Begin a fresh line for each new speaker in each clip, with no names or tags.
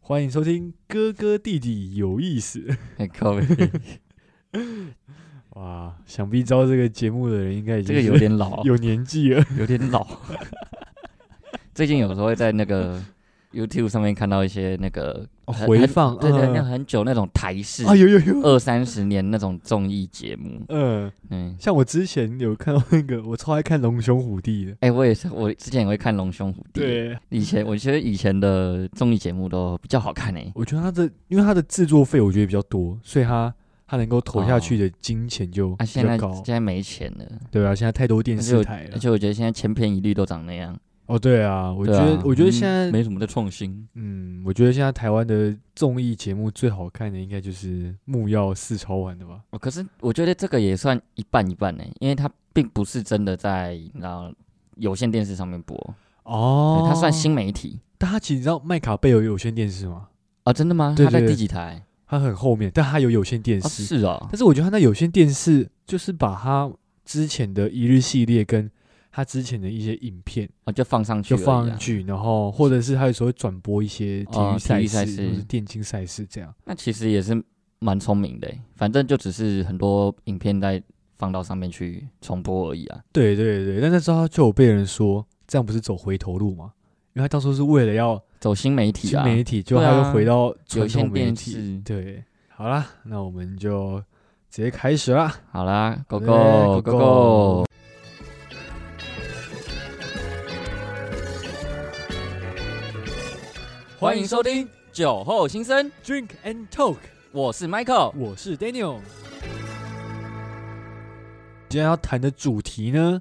欢迎收听《哥哥弟弟有意 思》
很哎靠背，
哇！想必招这个节目的人应该已
这
经
个
是
有点老，
有年纪了。
有点老。 最近有时候会在那个 YouTube 上面看到一些那个
哦
很
回放
很对对，
嗯
那很久那种台式
啊，有有有，
二三十年那种综艺节目。
嗯，
嗯，
像我之前有看到那个，我超爱看《龙兄虎弟》的。
哎，我也是，我之前也会看《龙兄虎弟》。，
对，
以前我觉得以前的综艺节目都比较好看欸诶。
我觉得他的，因为他的制作费我觉得比较多，所以他他能够投下去的金钱就
啊，
哦比
现在
较高。
现在没钱了，
对啊，现在太多电视台
而
了。
且我觉得现在千篇一律都长那样。
哦，对啊，我觉
对啊
得、我觉得
嗯
现在
没什么在创新。
嗯，我觉得现在台湾的综艺节目最好看的应该就是《木曜四超玩》的吧？
哦，可是我觉得这个也算一半一半呢，因为它并不是真的在然后有线电视上面播，对
哦
它算新媒体
但他其实你知道麦卡贝有有线电视吗？
啊、真的吗？
对
它在
对
第
对
几台？
他很后面，但他有有线电
哦，
视。
是哦，
但是我觉得他那有线电视就是把他之前的一日系列跟他之前的一些影片
哦就放上
就
去而已啊
放上。去，然后或者是他有时候会转播一些体
哦
育赛
体育
事、
赛事
或是电竞赛事这样。
那其实也是蛮聪明的，欸反正就只是很多影片在放到上面去重播而已啊。
对对对，但那时候就有被人说这样不是走回头路吗？因为他当初是为了要
走新媒体
新
啊，
媒体，就
对
他
啊
又回到
有
传
线
统媒
电
体。
视。
对，啊好啦，那我们就直接开始啦。
好啦，Go
对
Go Go
哎 Go
Go！欢迎收听酒后心声，
Drink and Talk。
我是 Michael。
我是 Daniel。今天要谈的主题呢，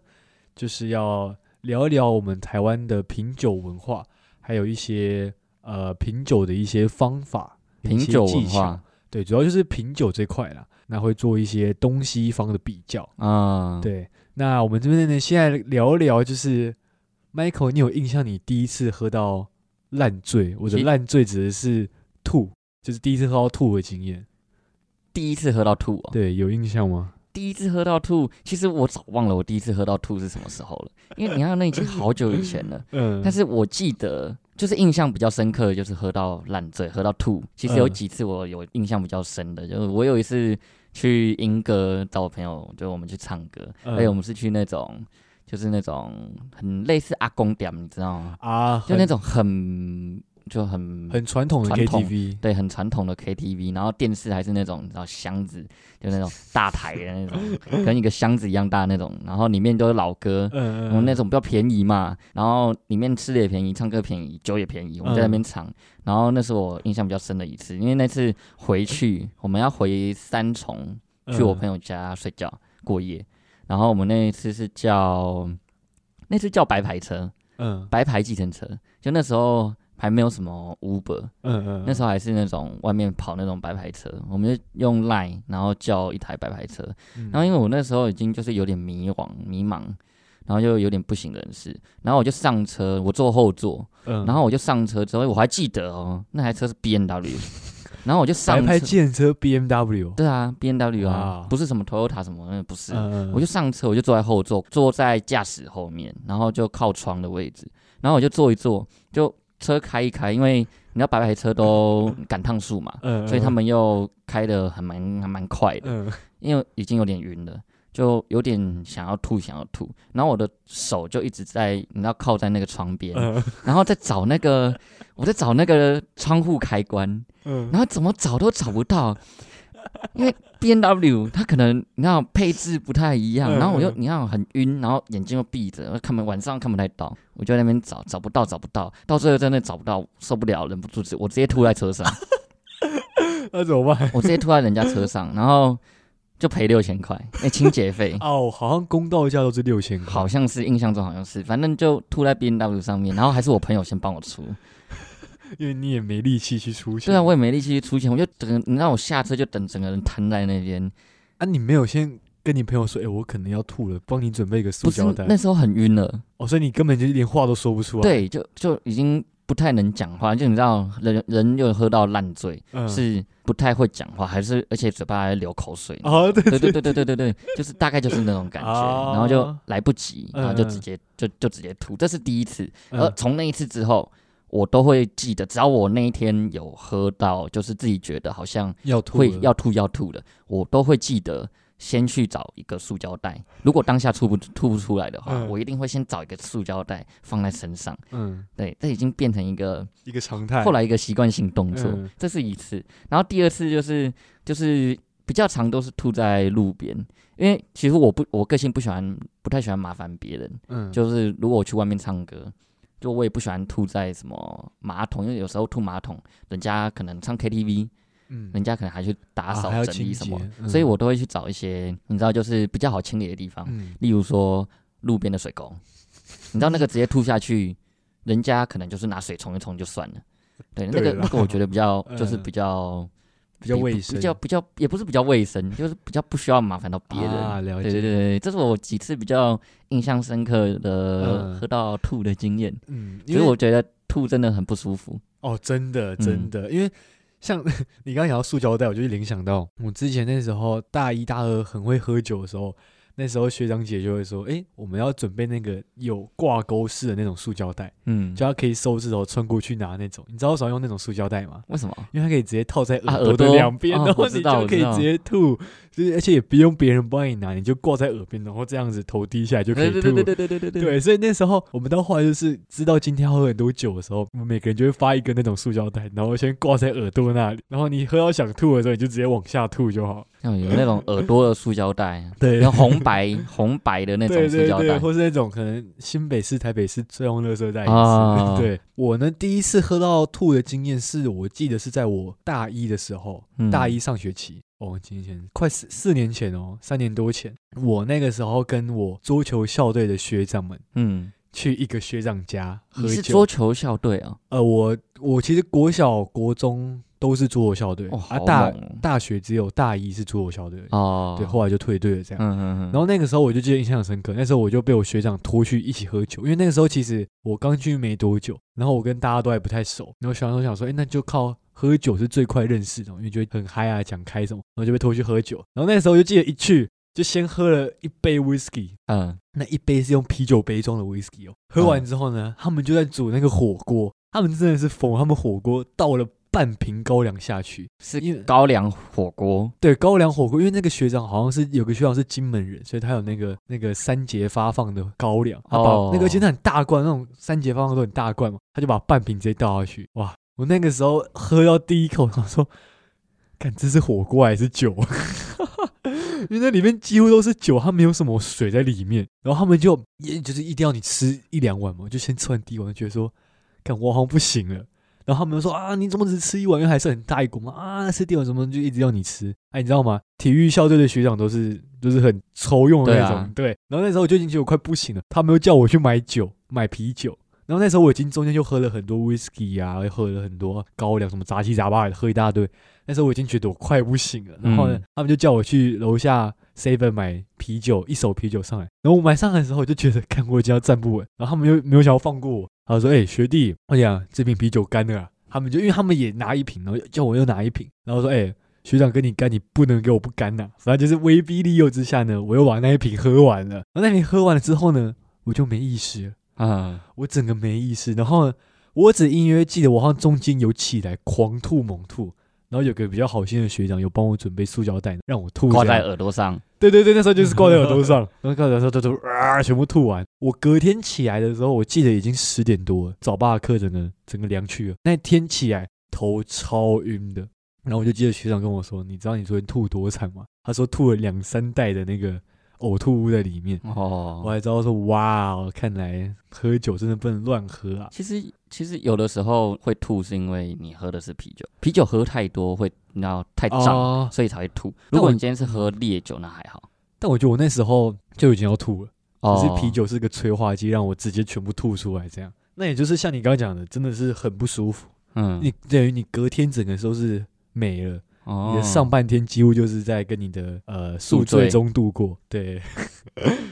就是要聊一聊我们台湾的品酒文化，还有一些呃品酒的一些方法、
品
一些
酒
技
文
巧
化。
对，主要就是品酒这块啦。那会做一些东西方的比较。
啊，
对，那我们这边呢，现在聊一聊，就是 Michael，你有印象你第一次喝到烂醉？我的
其
烂醉指的是吐，就是第一次喝到吐的经验。
第一次喝到吐哦，
对，有印象吗？
第一次喝到吐，其实我早忘了我第一次喝到吐是什么时候了，因为你看那已经好久以前了。
嗯，
但是我记得，就是印象比较深刻，的就是喝到烂醉，喝到吐。其实有几次我有印象比较深
嗯
的，就是我有一次去英歌找我朋友，就我们去唱歌，
嗯
而且我们是去那种，就是那种很类似阿公店，你知道吗？
啊，
就那
很
种很就很
很传统的
传统
KTV，
对，很传统的 KTV，然后电视还是那种你知道箱子，就那种大台的那种，跟一个箱子一样大那种，然后里面都是老歌，
嗯
我们那种比较便宜嘛，然后里面吃的也便宜，唱歌便宜，酒也便宜，我们在那边唱。然后那是我印象比较深的一次，因为那次回去我们要回三重去我朋
友
友家睡觉过夜，然后我们那一次是叫那次叫白牌车，
嗯
白牌计程车，就那时候还没有什么 Uber，
嗯嗯，
那时
候
候还是那种外面跑那种白牌车，我们就用 Line 然后叫一台白牌车，
嗯
然后因为我那时候已经就是有点迷惘、迷茫，然后又有点不省人事，然后我就上车，我坐后座，
嗯
然后我就上车之后，我还记得哦，那台车是 B N W，然后我就
白
上
牌
车，
建车 BMW，
对啊，B N W 啊
哇，
不是什么 Toyota 什么，那不是，
嗯
我就上车，我就坐在后座，坐在驾驶后面，然后就靠窗的位置，然后我就坐一坐，就车开一开，因为你知道白牌车都 赶趟数嘛，
嗯，
所以他们又开的很蛮还蛮快的，
嗯
因为已经有点晕了，就有点想要吐，想要吐。然后我的手就一直在，你知道靠在那个窗边，
嗯
然后在找 那个，我在找那个窗户开关，
嗯
然后怎么找都找不到，因为 B N W 它可能你知道配置不太一样，
嗯
然后我又
嗯
你知道很晕，然后眼睛又闭着，我看不晚上看不太到，我就在那边找，找不到，找不到，到最后真的找不到，受不了，忍不住直我直接吐在车上，
嗯， 那怎么办？
我直接吐在人家车上，然后就赔六千块，哎、清 洁费。
哦，好像公道价都是六千块，
好像是印象中好像是，反正就吐在 B N W 上面，然后还是我朋友先帮我出。
因为你也没力气去出钱。
对啊，我也没力气去出钱，我就整个，你让我下车就等整个人瘫在那边。
啊，你没有先跟你朋友说，哎，我可能要吐了，帮你准备一个塑
不是
胶袋
那。时候很晕了，
哦，所以你根本就连话都说不出来。，啊
对，就就已经不太能讲话，就你知道人人又喝到烂醉，
嗯，
是不太会讲话，还是而且嘴巴还流口水。
啊，对
对对对对对对对，就是大概就是那种感觉，
哦
然后就来不及，
嗯
然后就直接就就直接吐，这是第一次。
嗯
而从那一次之后，我都会记得，只要我那一天有喝到，就是自己觉得好像
要吐
会
了
要吐要吐的，我都会记得先去找一个塑胶袋。如果当下吐不吐不出来的话，
嗯
我一定会先找一个塑胶袋放在身上。
嗯
对，这已经变成一个
一个常态。
后来一个习惯性动作，
哎嗯
这是一次。然后第二次就是就是比较常都是吐在路边，因为其实我不我个性不喜欢不太喜欢麻烦别人，
嗯
就是如果我去外面唱歌，就我也不喜欢吐在什么马桶，因为有时候吐马桶，人家可能唱 KTV，
嗯
人家可能还去打扫、
啊还要
整理什么
清洁，嗯
所以我都会去找一些你知道就是比较好清理的地方，
嗯
例如说路边的水沟，你知道那个直接吐下去，人家可能就是拿水冲一冲就算了。对，那
对
个
啦
那个我觉得比较就是
嗯
比较
比较
比
卫
比
生，
比较比较也不是比较卫生，就是比较不需要麻烦到别人。
啊，了
对
解。
对对对，这是我几次比较印象深刻的
嗯
喝到吐的经验，
嗯，
所以
因为
我嗯觉得吐真的很不舒服。
哦，真的真的，因为像 你刚刚讲到塑胶袋，我就联想到我之前那时候大一大二很会喝酒的时候，那时候学长姐就会说，诶，我们要准备那个有挂钩式的那种塑胶袋，
嗯，
就它可以手指头穿过去拿那种。你知道我喜欢用那种塑胶袋吗？
为什么？
因为它可以直接套在
啊
耳朵
耳
的
朵
两边，
哦
然后
我知
你
道
就
我
可
知
以
道
直接吐，就是而且也不用别人帮你拿，你就挂在耳边，然后这样子头低下来就可以
对
吐
对
了。
对对对对对对
对，所以那时候我们到后来就是知道今天要喝很多酒的时候，我们每个人就会发一个那种塑胶袋，然后先挂在耳朵那里，然后你喝到想吐的时候，你就直接往下吐就好。
像有那种耳朵的塑胶袋，
对
然后红白 红白的那种
对
塑
对
胶
对，
袋。
或是那种可能新北市、台北市最用垃圾袋也是。
啊
对我呢，第一次喝到吐的经验是我记得是在我大一的时候，
嗯
大一上学期，哦，几年前，快四四年前哦，三年多前，我那个时候跟我桌球校队的学长们
嗯，
去一个学长家喝
你是
酒
桌。球校队哦，
呃，我我其实国小、国中都是桌球校队，
哦，
啊
好
大
猛
大学只有大一是桌球校队，
哦，
对，后来就退队了这样。
嗯嗯嗯，
然后那个时候我就记得印象很深刻，那时候我就被我学长拖去一起喝酒，因为那个时候其实我刚去没多久，然后我跟大家都还不太熟，然后学长都想说，哎，那就靠喝酒是最快认识的，因为就会很嗨啊，讲开什么，然后就被拖去喝酒。然后那时候我就记得一去就先喝了一杯 whisky，
嗯，
那一杯是用啤酒杯装的 whisky 哦。喝完之后呢，他们就在煮那个火锅，他们真的是疯了，他们火锅倒了半瓶高粱下去，
是
因为
高粱火锅，
对高粱火锅，因为那个学长好像是有个学长是金门人，所以他有那个那个三节发放的高粱，他把、
哦
那个而且那很大罐，那种三节发放都很大罐嘛，他就把半瓶直接倒下去，哇！我那个时候喝到第一口，我说。看，这是火锅还是酒？因为那里面几乎都是酒，它没有什么水在里面。然后他们就也就是一定要你吃一两碗嘛，就先吃完第一碗，就觉得说，看我好像不行了。然后他们就说啊，你怎么只吃一碗？因为还是很大一锅嘛啊，吃第一碗怎么就一直要你吃？哎、你知道吗？体育校队的学长都是就是很抽用的那种，对,、然后那时候我就已经觉得我快不行了，他们又叫我去买酒，买啤酒。然后那时候我已经中间就喝了很多 whisky 啊，又喝了很多高粱，什么杂七杂八的喝一大堆。那时候我已经觉得我快不行了，然后呢，
嗯
他们就叫我去楼下 seven 买啤酒，一手啤酒上来。然后我买上来的时候，我就觉得， 看我已经要站不稳，然后他们又没有想要放过我，他说：“哎、学弟，我讲这瓶啤酒干了、啊。”他们就因为他们也拿一瓶，然后叫我又拿一瓶，然后说：“哎、学长跟你干，你不能给我不干呐、反正就是威逼利诱之下呢，我又把那一瓶喝完了。然后那瓶喝完了之后呢，我就没意识了。
嗯，
我整个没意识，然后呢我只隐约记得我好像中间有起来狂吐猛吐，然后有个比较好心的学长有帮我准备塑胶袋让我吐
挂
这样
在耳朵上，
对对对，那时候就是挂在耳朵上，然后挂在耳朵上就吐啊，全部吐完。我隔天起来的时候，我记得已经十点多了，早八的课整个整个凉去了。那天起来头超晕的，然后我就记得学长跟我说：“你知道你昨天吐多惨吗？”他说吐了两三袋的那个呕吐物在里面。我
哦，
还知道说，哇哦，看来喝酒真的不能乱喝啊！
其实其实有的时候会吐是因为你喝的是啤酒，啤酒喝太多会你知道太胀，
哦，
所以才会吐。
但
如
我
果你今天是喝烈酒，那还好。
但我觉得我那时候就已经要吐了，
哦，
只是啤酒是个催化剂，让我直接全部吐出来。这样，那也就是像你刚刚讲的，真的是很不舒服。
嗯，
你等于你隔天整个都是没了，
哦
你的上半天几乎就是在跟你的呃
宿
宿醉
醉
中度过。对，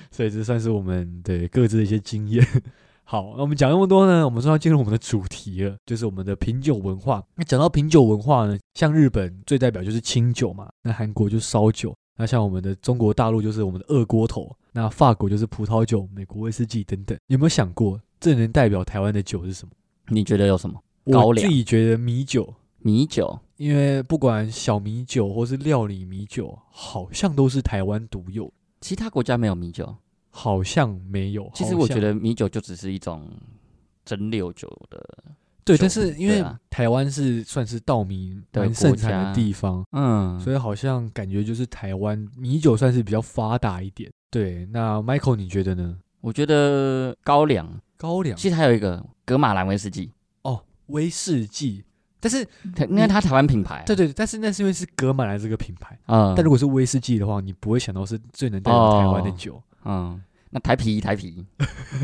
所以这算是我们对各自的一些经验。 好，那我们讲那么多呢，我们说要进入我们的主题了，就是我们的品酒文化。那讲到品酒文化呢，像日本最代表就是清酒嘛，那韩国就是烧酒，那像我们的中国大陆就是我们的二锅头，那法国就是葡萄酒、美国威士忌等等。你有没有想过，最能代表台湾的酒是什么？
你觉得有什么？高
我
粱
自己觉得米酒，
米酒，
因为不管小米酒或是料理米酒，好像都是台湾独有，
其他国家没有米酒。
好像没有。
其实
好
我
像
觉得米酒就只是一种蒸馏酒的，
对，
酒
但是因
对
为
啊
台湾是算是稻米
的
蛮盛
国
产的
家
地方，
嗯，
所以好像感觉就是台湾米酒算是比较发达一点。对，那 Michael 你觉得呢？
我觉得高粱，
高粱
其实还有一个格马兰威士忌，
哦，威士忌，但是
它因为它台湾品牌啊、
对对，但是那是因为是格马兰这个品牌，
嗯，
但如果是威士忌的话，你不会想到是最能代表台湾的
哦
酒，
嗯，那台啤台 啤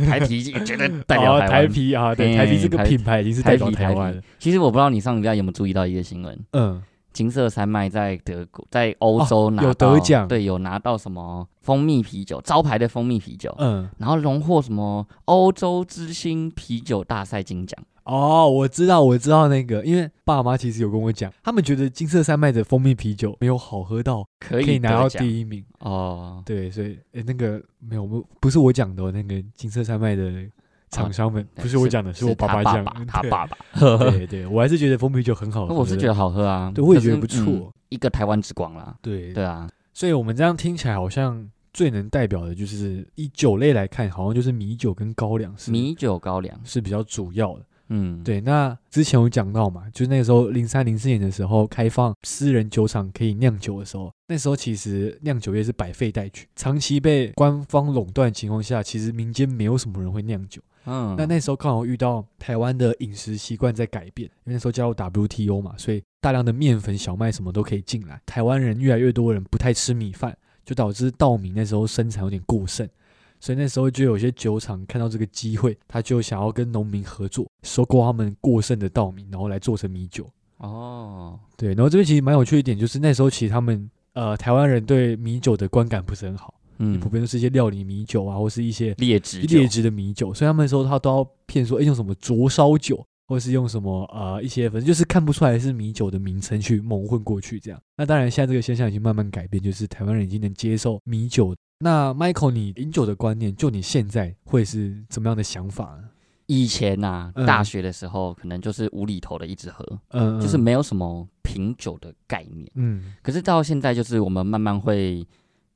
台啤绝对代
啊
表台湾。
台啤啊，对，台啤
嘿
这个
台
品牌已经是代
台
表
啤
台
台
湾了
啤，。其实我不知道你上礼拜有没有注意到一个新闻，
嗯，
金色山脉在德国在欧洲拿
哦有
到、
得奖
对，有拿到什么蜂蜜啤酒招牌的蜂蜜啤酒，
嗯，
然后荣获什么欧洲之星啤酒大赛金奖。
哦，我知道，我知道那个，因为爸妈其实有跟我讲，他们觉得金色山脉的蜂蜜啤酒没有好喝到
可
可以拿到
得奖
第一名，
哦，
对，所以诶那个没有，不不是我讲的哦，那个金色山脉的厂商们，
对
不是我讲的，
是
我爸
他
讲
爸
的，
爸， 他
对
爸爸。
对对，我还是觉得蜂蜜啤酒很好喝
那
的，
我是觉得好喝啊，
对我也
可是
觉得不错
嗯一个台湾之光啦。
对
对啊，
所以我们这样听起来好像最能代表的就是以酒类来看，好像就是米酒跟高粱是
米酒高粱，
是比较主要的。
嗯，，
对，那之前有讲到嘛，就是那个时候零三零四年的时候开放私人酒厂可以酿酒的时候，那时候其实酿酒业是百废待举，长期被官方垄断的情况下，其实民间没有什么人会酿酒。
嗯，
那那时候刚好遇到台湾的饮食习惯在改变，因为那时候加入 WTO 嘛，所以大量的面粉、小麦什么都可以进来。台湾人越来越多人不太吃米饭，就导致稻米那时候生产有点过剩，所以那时候就有些酒厂看到这个机会，他就想要跟农民合作，收购他们过剩的稻米，然后来做成米酒。
哦，
对，然后这边其实蛮有趣的一点就是那时候其实他们呃台湾人对米酒的观感不是很好，
嗯
普遍都是一些料理米酒啊，或是一些
劣质酒
劣质的米酒，所以他们那时候他都要骗说，哎、用什么灼烧酒，或是用什么呃一些，反正就是看不出来是米酒的名称去蒙混过去这样。那当然，现在这个现象已经慢慢改变，就是台湾人已经能接受米酒。那 Michael，你饮酒的观念，就你现在会是怎么样的想法呢？
以前呐、
嗯
大学的时候可能就是无厘头的一直喝，
嗯，
就是没有什么品酒的概念。
嗯
可是到现在，就是我们慢慢会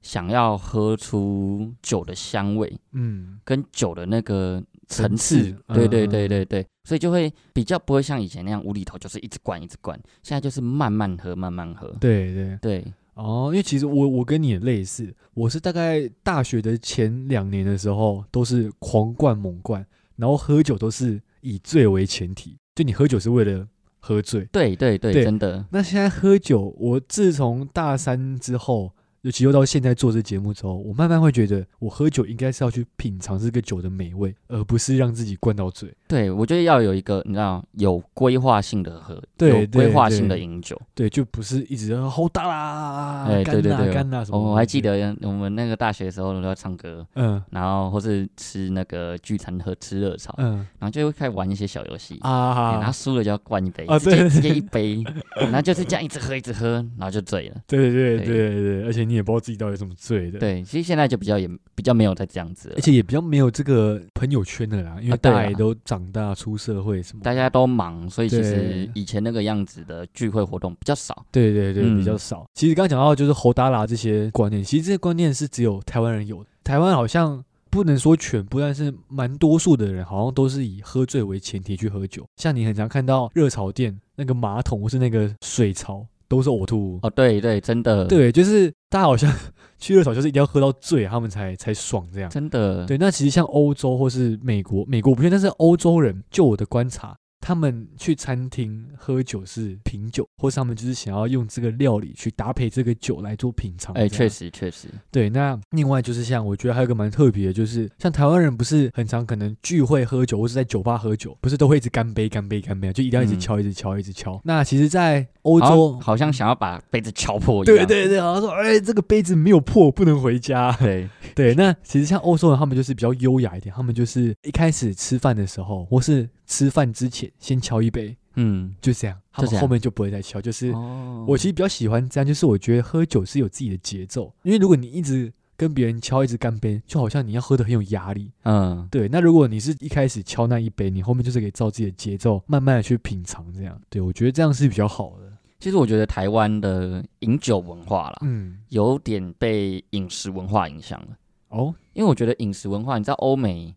想要喝出酒的香味
嗯
跟酒的那个层
层
次
次。
对
嗯
对
嗯
对对对，所以就会比较不会像以前那样无厘头，就是一直灌一直灌。现在就是慢慢喝，慢慢喝。
对对
哎对，
哦，因为其实我我跟你也类似，我是大概大学的前两年的时候都是狂灌猛灌，然后喝酒都是以醉为前提，就你喝酒是为了喝醉。
对对
对
对，真的，
那现在喝酒，我自从大三之后，尤其又到现在做这节目之后，我慢慢会觉得，我喝酒应该是要去品尝这个酒的美味，而不是让自己灌到醉。
对我觉得要有一个你知道有规划性的喝，
对
有
对
规划
对
性的饮酒。
对，就不是一直好大啦，
哎
干
对对
啦
对
干啦什么、
哦我我还记，得我们那个大学的时候都要唱歌，
嗯
然后或是吃那个聚餐和吃热炒，
嗯
然后就会开始玩一些小游戏。对哎然后
啊，
输了就要灌一杯，
啊
直
对
接直接一杯，然后就是这样一直喝一直喝，然后就醉了。
对对对对
对
对对，而且你也不知道自己到底怎么醉的。
对，其实现在就比较也比较没有再这样子了
而，且也比较没有这个朋友圈的啦，因为
啊
大
对
家
啦
也都长大出社会什么，
大家都忙，所以其实
对
以前那个样子的聚会活动比较少。
对对对，
嗯
比较少。其实刚刚讲到就是侯达拉这些观念，其实这些观念是只有台湾人有的，台湾好像不能说全部，但是蛮多数的人好像都是以喝醉为前提去喝酒。像你很常看到热炒店那个马桶或是那个水槽都是呕吐物，
哦，对对，真的，
对，就是大家好像 去热炒就是一定要喝到醉，他们才才爽这样。
真的，
对，那其实像欧洲或是美国，美国不确定，但是欧洲人，就我的观察，他们去餐厅喝酒是品酒，或是他们就是想要用这个料理去搭配这个酒来做品尝。
哎，确
实，
实确实，
对。那另外就是像我觉得还有一个蛮特别的，就是像台湾人不是很常可能聚会喝酒，或是在酒吧喝酒，不是都会一直干杯、干杯、干杯啊，就一定要一直
嗯
敲、一直敲、一直敲。那其实，在欧
好
洲
像，好像想要把杯子敲破一
对
样。
对对，好像说，哎、这个杯子没有破，不能回家。 啊
对，
对，那其实像欧洲人，他们就是比较优雅一点，他们就是一开始吃饭的时候，或是吃饭之前先敲一杯，
嗯，
就这样，他
就这
们
样
后面就不会再敲。就是
哦
我其实比较喜欢这样，就是我觉得喝酒是有自己的节奏，因为如果你一直跟别人敲一支干杯，就好像你要喝的很有压力。
嗯，
对，那如果你是一开始敲那一杯，你后面就是可以照自己的节奏，慢慢的去品尝，这样，对我觉得这样是比较好的。
其实我觉得台湾的饮酒文化啦，
嗯，
有点被饮食文化影响了。
哦，
因为我觉得饮食文化，你知道欧美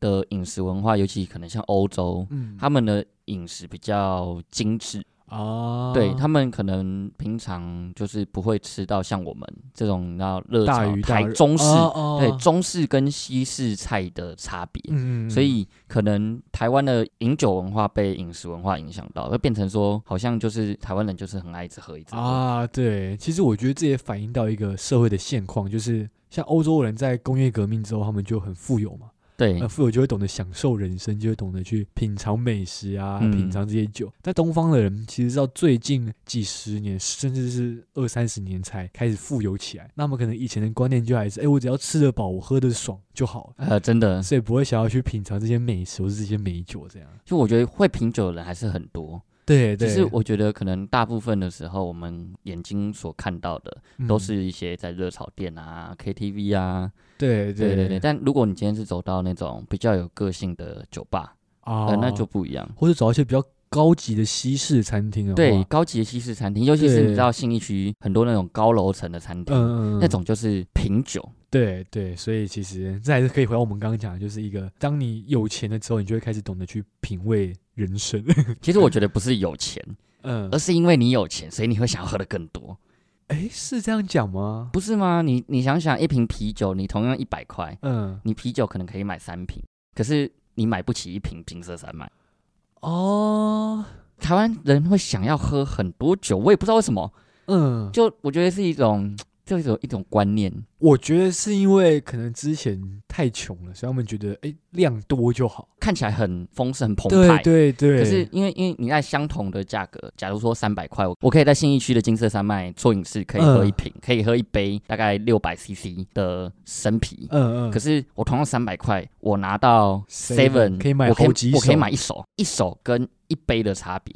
的饮食文化，尤其可能像欧洲，
嗯，
他们的饮食比较精致，
啊，
对他们可能平常就是不会吃到像我们这种你知道热
大
炒
鱼大
台
肉
中式，
哦
对
哦
中式跟西式菜的差别。
嗯，嗯
所以可能台湾的饮酒文化被饮食文化影响到，会变成说，好像就是台湾人就是很爱一直喝一直喝。
啊，对，其实我觉得这也反映到一个社会的现况，就是像欧洲人在工业革命之后，他们就很富有嘛，
对
那，富有就会懂得享受人生，就会懂得去品尝美食啊，
嗯
品尝这些酒。但东方的人其实到最近几十年，甚至是二三十年才开始富有起来。那么可能以前的观念就还是，哎，我只要吃得饱，我喝得爽就好了，
呃，真的，
所以不会想要去品尝这些美食或是这些美酒这样。
就我觉得会品酒的人还是很多，
对
只
对，
是我觉得可能大部分的时候，我们眼睛所看到的都
嗯
是一些在热炒店啊、KTV 啊，
对
对对
对
对。但如果你今天是走到那种比较有个性的酒吧，
啊，
呃，那就不一样。
或者找一些比较高级的西式餐厅的话，
对，高级的西式餐厅，尤其是你
对
知道信义区很多那种高楼层的餐厅，
嗯，嗯嗯，
那种就是品酒。
对对，所以其实这还是可以回到我们刚刚讲的，就是一个当你有钱了之后，你就会开始懂得去品味人生。
其实我觉得不是有钱，
嗯
而，是因为你有钱，所以你会想要喝的更多，
哎，是这样讲吗？
不是吗？你你想想，一瓶啤酒，你同样一百块，
嗯，
你啤酒可能可以买三瓶，可是你买不起一瓶金色山脉。
哦，
台湾人会想要喝很多酒，我也不知道为什么，
嗯，
就我觉得是一种，就是一种一种观念。
我觉得是因为可能之前太穷了，所以他们觉得哎量多就好。
看起来很丰盛、很澎
对
湃，
对对，
可是因为因为你在相同的价格，假如说三百块，我可以在信义区的金色山脉啜饮室可以
嗯
喝一瓶，可以喝一杯大概六百 CC 的生啤。
嗯嗯，
可是我同样三百块，我拿到
Seven，
seven
可以买
我可以
好几
我可以
手
买一手，一手跟一杯的差别。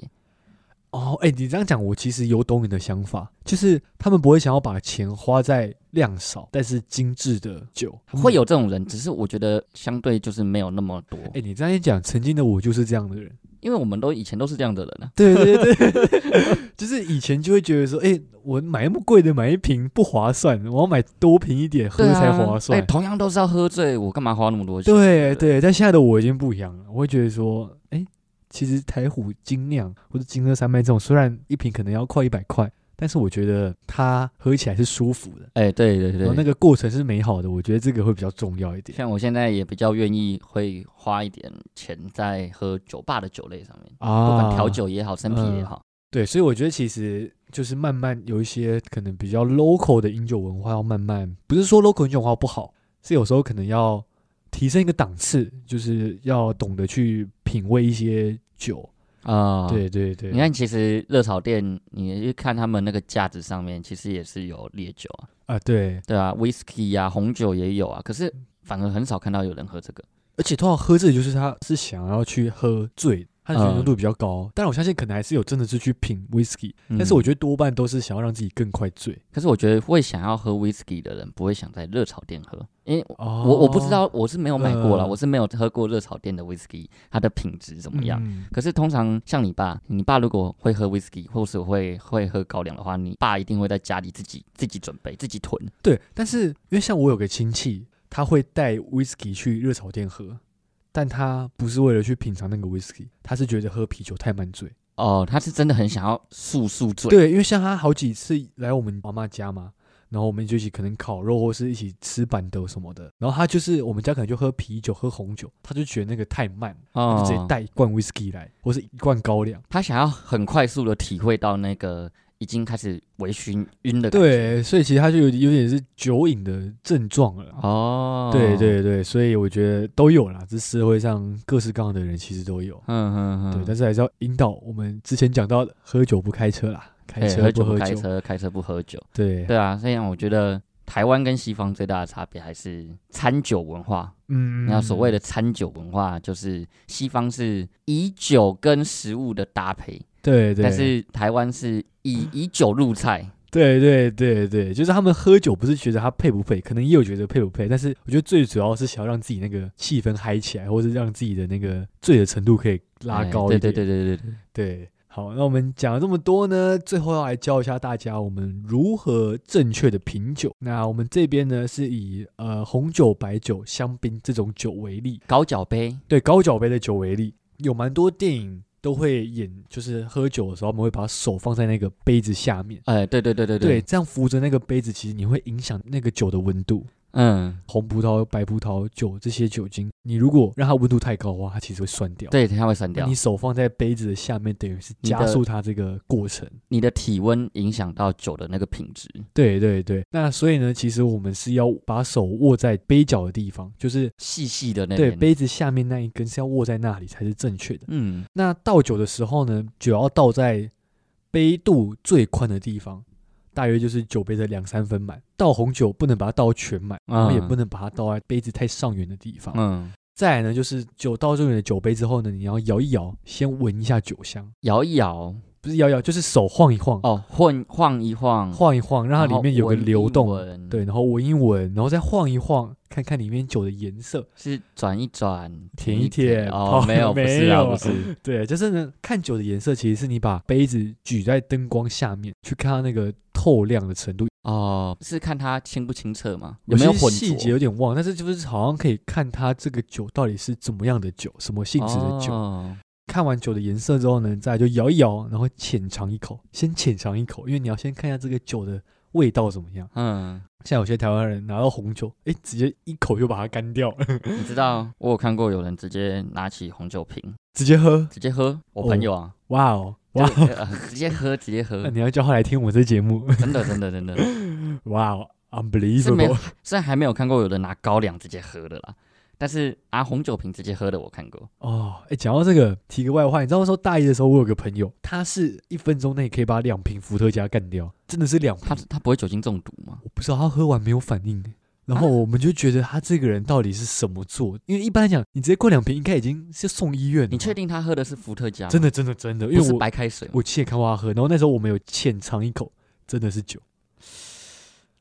哦，哎、你这样讲，我其实有懂你的想法，就是他们不会想要把钱花在量少但是精致的酒，他们
会。有这种人，只是我觉得相对就是没有那么多，
哎、你这样一讲，曾经的我就是这样的人。
因为我们都以前都是这样的人啊。
对对对， 就是以前就会觉得说，哎、我买那么贵的买一瓶不划算，我要买多瓶一点喝
对
才
啊
划算
哎。同样都是要喝醉，我干嘛花那么多钱？
对啊
不
对，但现在的我已经不一样了，我会觉得说，哎、其实台虎精酿或者金喝山脉这种，虽然一瓶可能要快一百块，但是我觉得它喝起来是舒服的。
哎、对对对
然后哦那个过程是美好的，我觉得这个会比较重要一点。
像我现在也比较愿意会花一点钱在喝酒吧的酒类上面，
啊
不管调，酒也好，生啤也
嗯
好，
对，所以我觉得其实就是慢慢有一些可能比较 local 的饮酒文化要慢慢，不是说 local 饮酒文化不好，是有时候可能要提升一个档次，就是要懂得去品味一些酒。
啊、
对对对，
你看，其实热炒店，你去看他们那个架子上面，其实也是有烈酒啊，
啊，对，
对啊，whisky 啊，红酒也有啊，可是反而很少看到有人喝这个。
而且通常喝这个就是他是想要去喝醉。他的酒精度比较高，
嗯
但我相信可能还是有真的是去品 whisky，、但是我觉
觉
得多半都是想要让自己更快醉。
得，可是我觉得会想要喝 whisky 的人，不会想在热炒店喝，因为
哦，
我我不知道，我是没有买过啦，
嗯
我是没有喝过热炒店的 whisky，它的品质怎么样？
嗯
可是通常像你爸，你爸如果会喝 whisky，或是会会喝高粱的话，你爸一定会在家里自己自己准备、自己囤。
对，但是因为像我有个亲戚，他会带 whisky 去热炒店喝，但他不是为了去品尝那个 whisky，他是觉得喝啤酒太满醉。
哦，他是真的很想要速速醉。
对，因为像他好几次来我们妈妈家嘛，然后我们就一起可能烤肉或是一起吃板豆什么的，然后他就是我们家可能就喝啤酒、喝红酒，他就觉得那个太慢，他就直接
哦，
带一罐 whisky 来，或是一罐高粱。
他想要很快速的体会到那个已经开始微醺晕的感觉。
对，所以其实他就有有点是酒瘾的症状了。
哦，
对，对对，所以我觉得都有啦，这社会上各式各样的人其实都有。
嗯嗯嗯，
对，但是还是要引导我们之前讲到的，喝酒不开车啦，开
哎
车
喝
不
酒不
喝
开车，开车不喝酒。
对，
对啊，所以我觉得台湾跟西方最大的差别还是餐酒文化。
嗯
那所谓
的
的餐酒文化，就是西方是以酒跟食物的搭配，
对对，
但是台湾是以以酒入菜，
对对对对，就是他们喝酒不是觉得他配不配，可能也有觉得配不配，但是我觉得最主要是想要让自己那个气氛嗨起来，或是让自己的那个醉的程度可以 拉
哎
高一
对
点。
对对对对对，
对，好，那我们讲了这么多呢，最后要来教一下大家我们如何正确的品酒。那我们这边呢是以呃红酒、白酒、香槟这种酒为例，
高脚杯，
对高脚杯的酒为例，有蛮多电影都会演，就是喝酒的时候，我们会把手放在那个杯子下面。
哎，对对对对
对，，这样扶着那个杯子，其实你会影响那个酒的温度。
嗯，
红葡萄、白葡萄酒这些酒精，你如果让它温度太高的话，它其实会酸掉。
对，它会散
那
掉
你。手放在杯子的下面，等于是
你
加
的
速它这个过程。
你的体温影响到酒的那个品质，
对对对，那所以呢，其实我们是要把手握在杯角的地方，就是
细细的那
对
边。
杯子下面那一根是要握在那里才是正确的。
嗯，
那倒酒的时候呢，酒要倒在杯肚最宽的地方，大约就是酒杯的两三分满。倒红酒不能把它倒全满，然后也
嗯
不能把它倒在杯子太上缘的地方。
嗯，
再来呢，就是酒倒入你的酒杯之后呢，你要摇一摇，先闻一下酒香，
摇一摇，
不是摇一摇，就是手晃一晃，
哦，混晃一晃，
晃一晃，让它里面有个
然后
流动。
闻一闻，
对，然后闻一闻，然后再晃一晃，看看里面酒的颜色。
是转一转，
舔
一
一舔
哦
哦，
没有，不是啊，
没有
不是，
对，就是呢，看酒的颜色，其实是你把杯子举在灯光下面，去看它那个透亮的程度。
哦，是看它清不清澈嘛，有没有
些
混
细节
浊
有点忘，但是就是好像可以看它这个酒到底是怎么样的酒，什么性质的酒。
哦
看完酒的颜色之后呢，再来就摇一摇，然后浅尝一口，先浅尝一口，因为你要先看一下这个酒的味道怎么样。
嗯，
像有些台湾人拿到红酒，哎，直接一口就把它干掉了，
你知道我有看过有人直接拿起红酒瓶
直接喝。
直接喝，我
哦
朋友啊，
哇哦，哇
就
哦！
呃直接喝 直接喝
那，你要叫他来听我这节目，
真的真的真的
哇、哦
是没有
，unbelievable！，
虽然还没有看过有人拿高粱直接喝的啦，但是拿红酒瓶直接喝的我看过，
哦，哎，讲到这个，提个外话，你知道那时候大一的时候，我有个朋友，他是一分钟内可以把两瓶伏特加干掉，真的是两瓶
他，他不会酒精中毒吗？
我不知道他喝完没有反应欸。然
啊
后我们就觉得他这个人到底是什么做？因为一般来讲，你直接灌两瓶，应该已经是送医院了。
你确？定他喝的是伏特加吗？
真的，真的，真的，因
不
为
是
我
白开水吗，
我亲眼看过他喝，然后那时候我们有浅尝一口，真的是酒，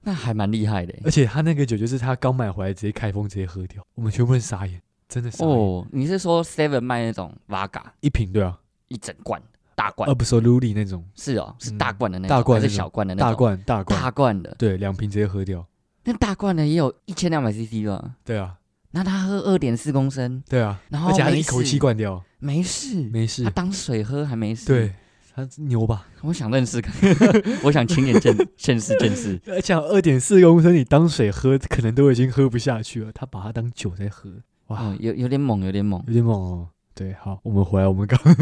那还蛮厉害的欸。
而且他那个酒就是他刚买回来直接开封直接喝掉，我们全部人傻眼，真的傻眼，
哦，你是说 Seven 卖那种 v 嘎
一瓶对啊，
一整罐大罐？
Absolutely 那种
是哦，是
呃嗯
大罐的那种，
大罐
还
那
是
种
小罐的那种？
大罐大罐，
大罐的，
对，两瓶直接喝掉。
那大罐的也有一千两百 CC 吧？
对啊，
那他喝二点四公升，
对啊，
然后
而且还
哦没
能一口
事
气灌掉，
没事，
没事
他。当水喝还没事。，
对，他牛吧？
我想认识看， 我想亲眼见见识见识。
而且二点四公升，你当水喝，可能都已经喝不下去了。他把它当酒在喝， 哇，
哦，有有点猛，有点猛。
有点猛哦。对，好，我们回来我们刚刚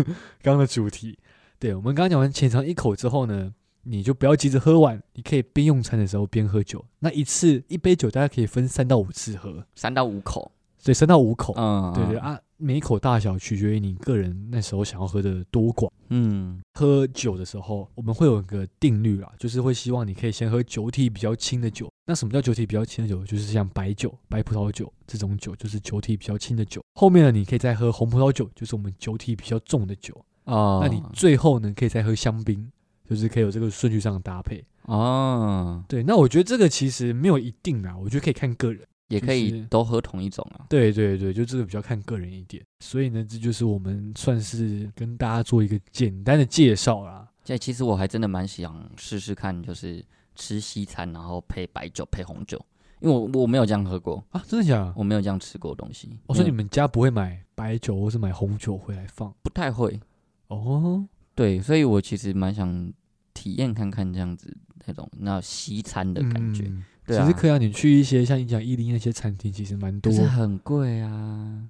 刚的主题。对，我们刚刚讲完浅尝一口之后呢，你就不要急着喝完，你可以边用餐的时候边喝酒。那一次一杯酒大概可以分三到五次喝，
三到五口，
所以三到五口。
嗯，
哦对对，啊，每一口大小取决于你个人那时候想要喝的多寡。
嗯，
喝酒的时候，我们会有一个定律啦，就是会希望你可以先喝酒体比较轻的酒。那什么叫酒体比较轻的酒？就是像白酒、白葡萄酒这种酒，就是酒体比较轻的酒。后面呢，你可以再喝红葡萄酒，就是我们酒体比较重的酒。
哦，
那你最后呢，可以再喝香槟，就是可以有这个顺序上的搭配。
哦，
对，那我觉得这个其实没有一定啦，我觉得可以看个人。
也可
就
以
是
都喝同一种啊。
对对对，就这个比较看个人一点。所以呢，这就是我们算是跟大家做一个简单的介绍啦。
这其实我还真的蛮想试试看，就是吃西餐，然后配白酒配红酒，因为我我没有这样喝过，
啊，真的假的？
我没有这样吃过东西。
我说哦
没
你
有
们家不会买白酒或是买红酒回来放
不太会，
哦？
对，所以我其实蛮想体验看看这样子那种那西餐的感觉，
嗯
对啊，
其实可以啊，你去一些像你讲伊犁那些餐厅，其实蛮
可
多，
是很贵啊，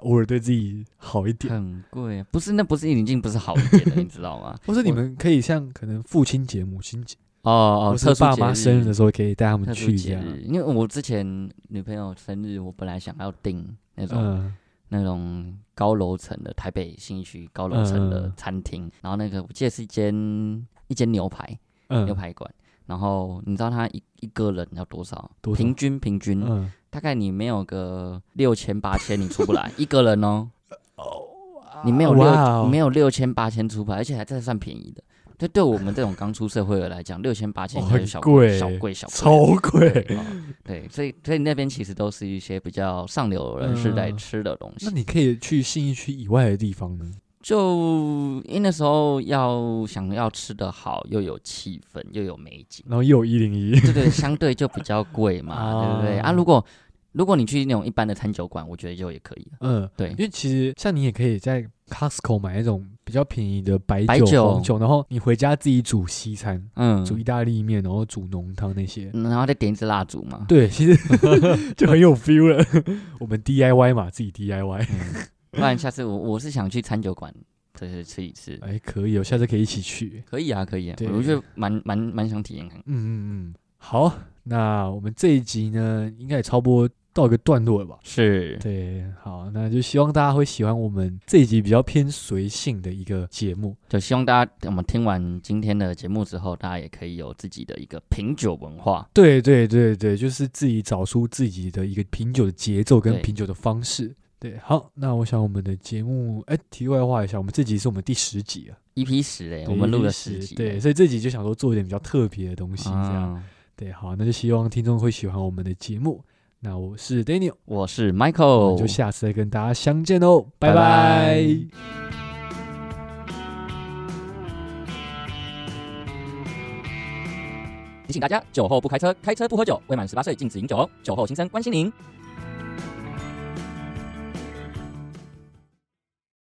偶尔对自己好一点。
很贵、啊，不是那不是已经不是好 一点的，你知道吗？
或是你
我
们可以像可能父亲节、母亲节，
哦哦，
或
特
是
殊
爸
节
妈
日
生日的时候，可以带他们
特殊
去这
节
样。
日，因为我之前女朋友生日，我本来想要订那种、
嗯，
那种高楼层的台北信义区高楼层的
嗯
餐厅，然后那个我记得是一间一间牛排、牛
嗯
排馆，然后你知道他一一个人要多少？
多少
平均平均、
嗯，
大概你没有个六千八千你出不 来一个人哦，你没有
哇
六
哦
你没有六千八千出不来，而且还真的算便宜的。对，对我们这种刚出社会的来讲，六千八千
哦
应该
很
是小贵
贵
小贵小贵
超
对
贵。
哦对，所以所以那边其实都是一些比较上流人士
嗯
在吃的东西。
那你可以去信义区以外的地方呢？
就因为那时候要想要吃的好，又有气氛，又有美 景，
然后又有一零一，
对对，相对就比较贵嘛，对不对？
哦
啊，如果如果你去那种一般的餐酒馆，我觉得就也可以了。
嗯，
对
因，为其实像你也可以在 Costco 买那种比较便宜的白
白
酒、
酒
红酒，然后你回家自己煮西餐，
嗯，
煮意大利面，然后煮浓汤那些。
嗯然后再点一支蜡烛嘛。
对，其实 就很有 feel 了。我们 DIY 嘛，自己 DIY，
嗯不然下次我我是想去餐酒馆，就是吃一次。
哎，可以哦，下次可以一起去。
可以啊，可以啊，
对
我觉得蛮蛮蛮想体验看看。
嗯嗯嗯，好，那我们这一集呢，应该也差不多到一个段落了吧？
是，
对，好，那就希望大家会喜欢我们这一集比较偏随性的一个节目。
就希望大家我们听完今天的节目之后，大家也可以有自己的一个品酒文化。
对对对对，就是自己找出自己的一个品酒的节奏跟
对
品酒的方式。对，好，那我想我们的节目，哎，题外话一下，我们这集是我们第十集了，
EP 十嘞，
对
我们录
第
了十集，
对，，所以这集就想说做一点比较特别的东西，这样。
啊，
对，好，那就希望听众会喜欢我们的节目。那我是 Daniel，
我是
我们就
Michael，
下次再跟大家相见喽，拜
哦拜
拜。
拜提醒大家，酒后不开车，开车不喝酒，未满十八岁禁止饮酒哦，酒后心生关心您。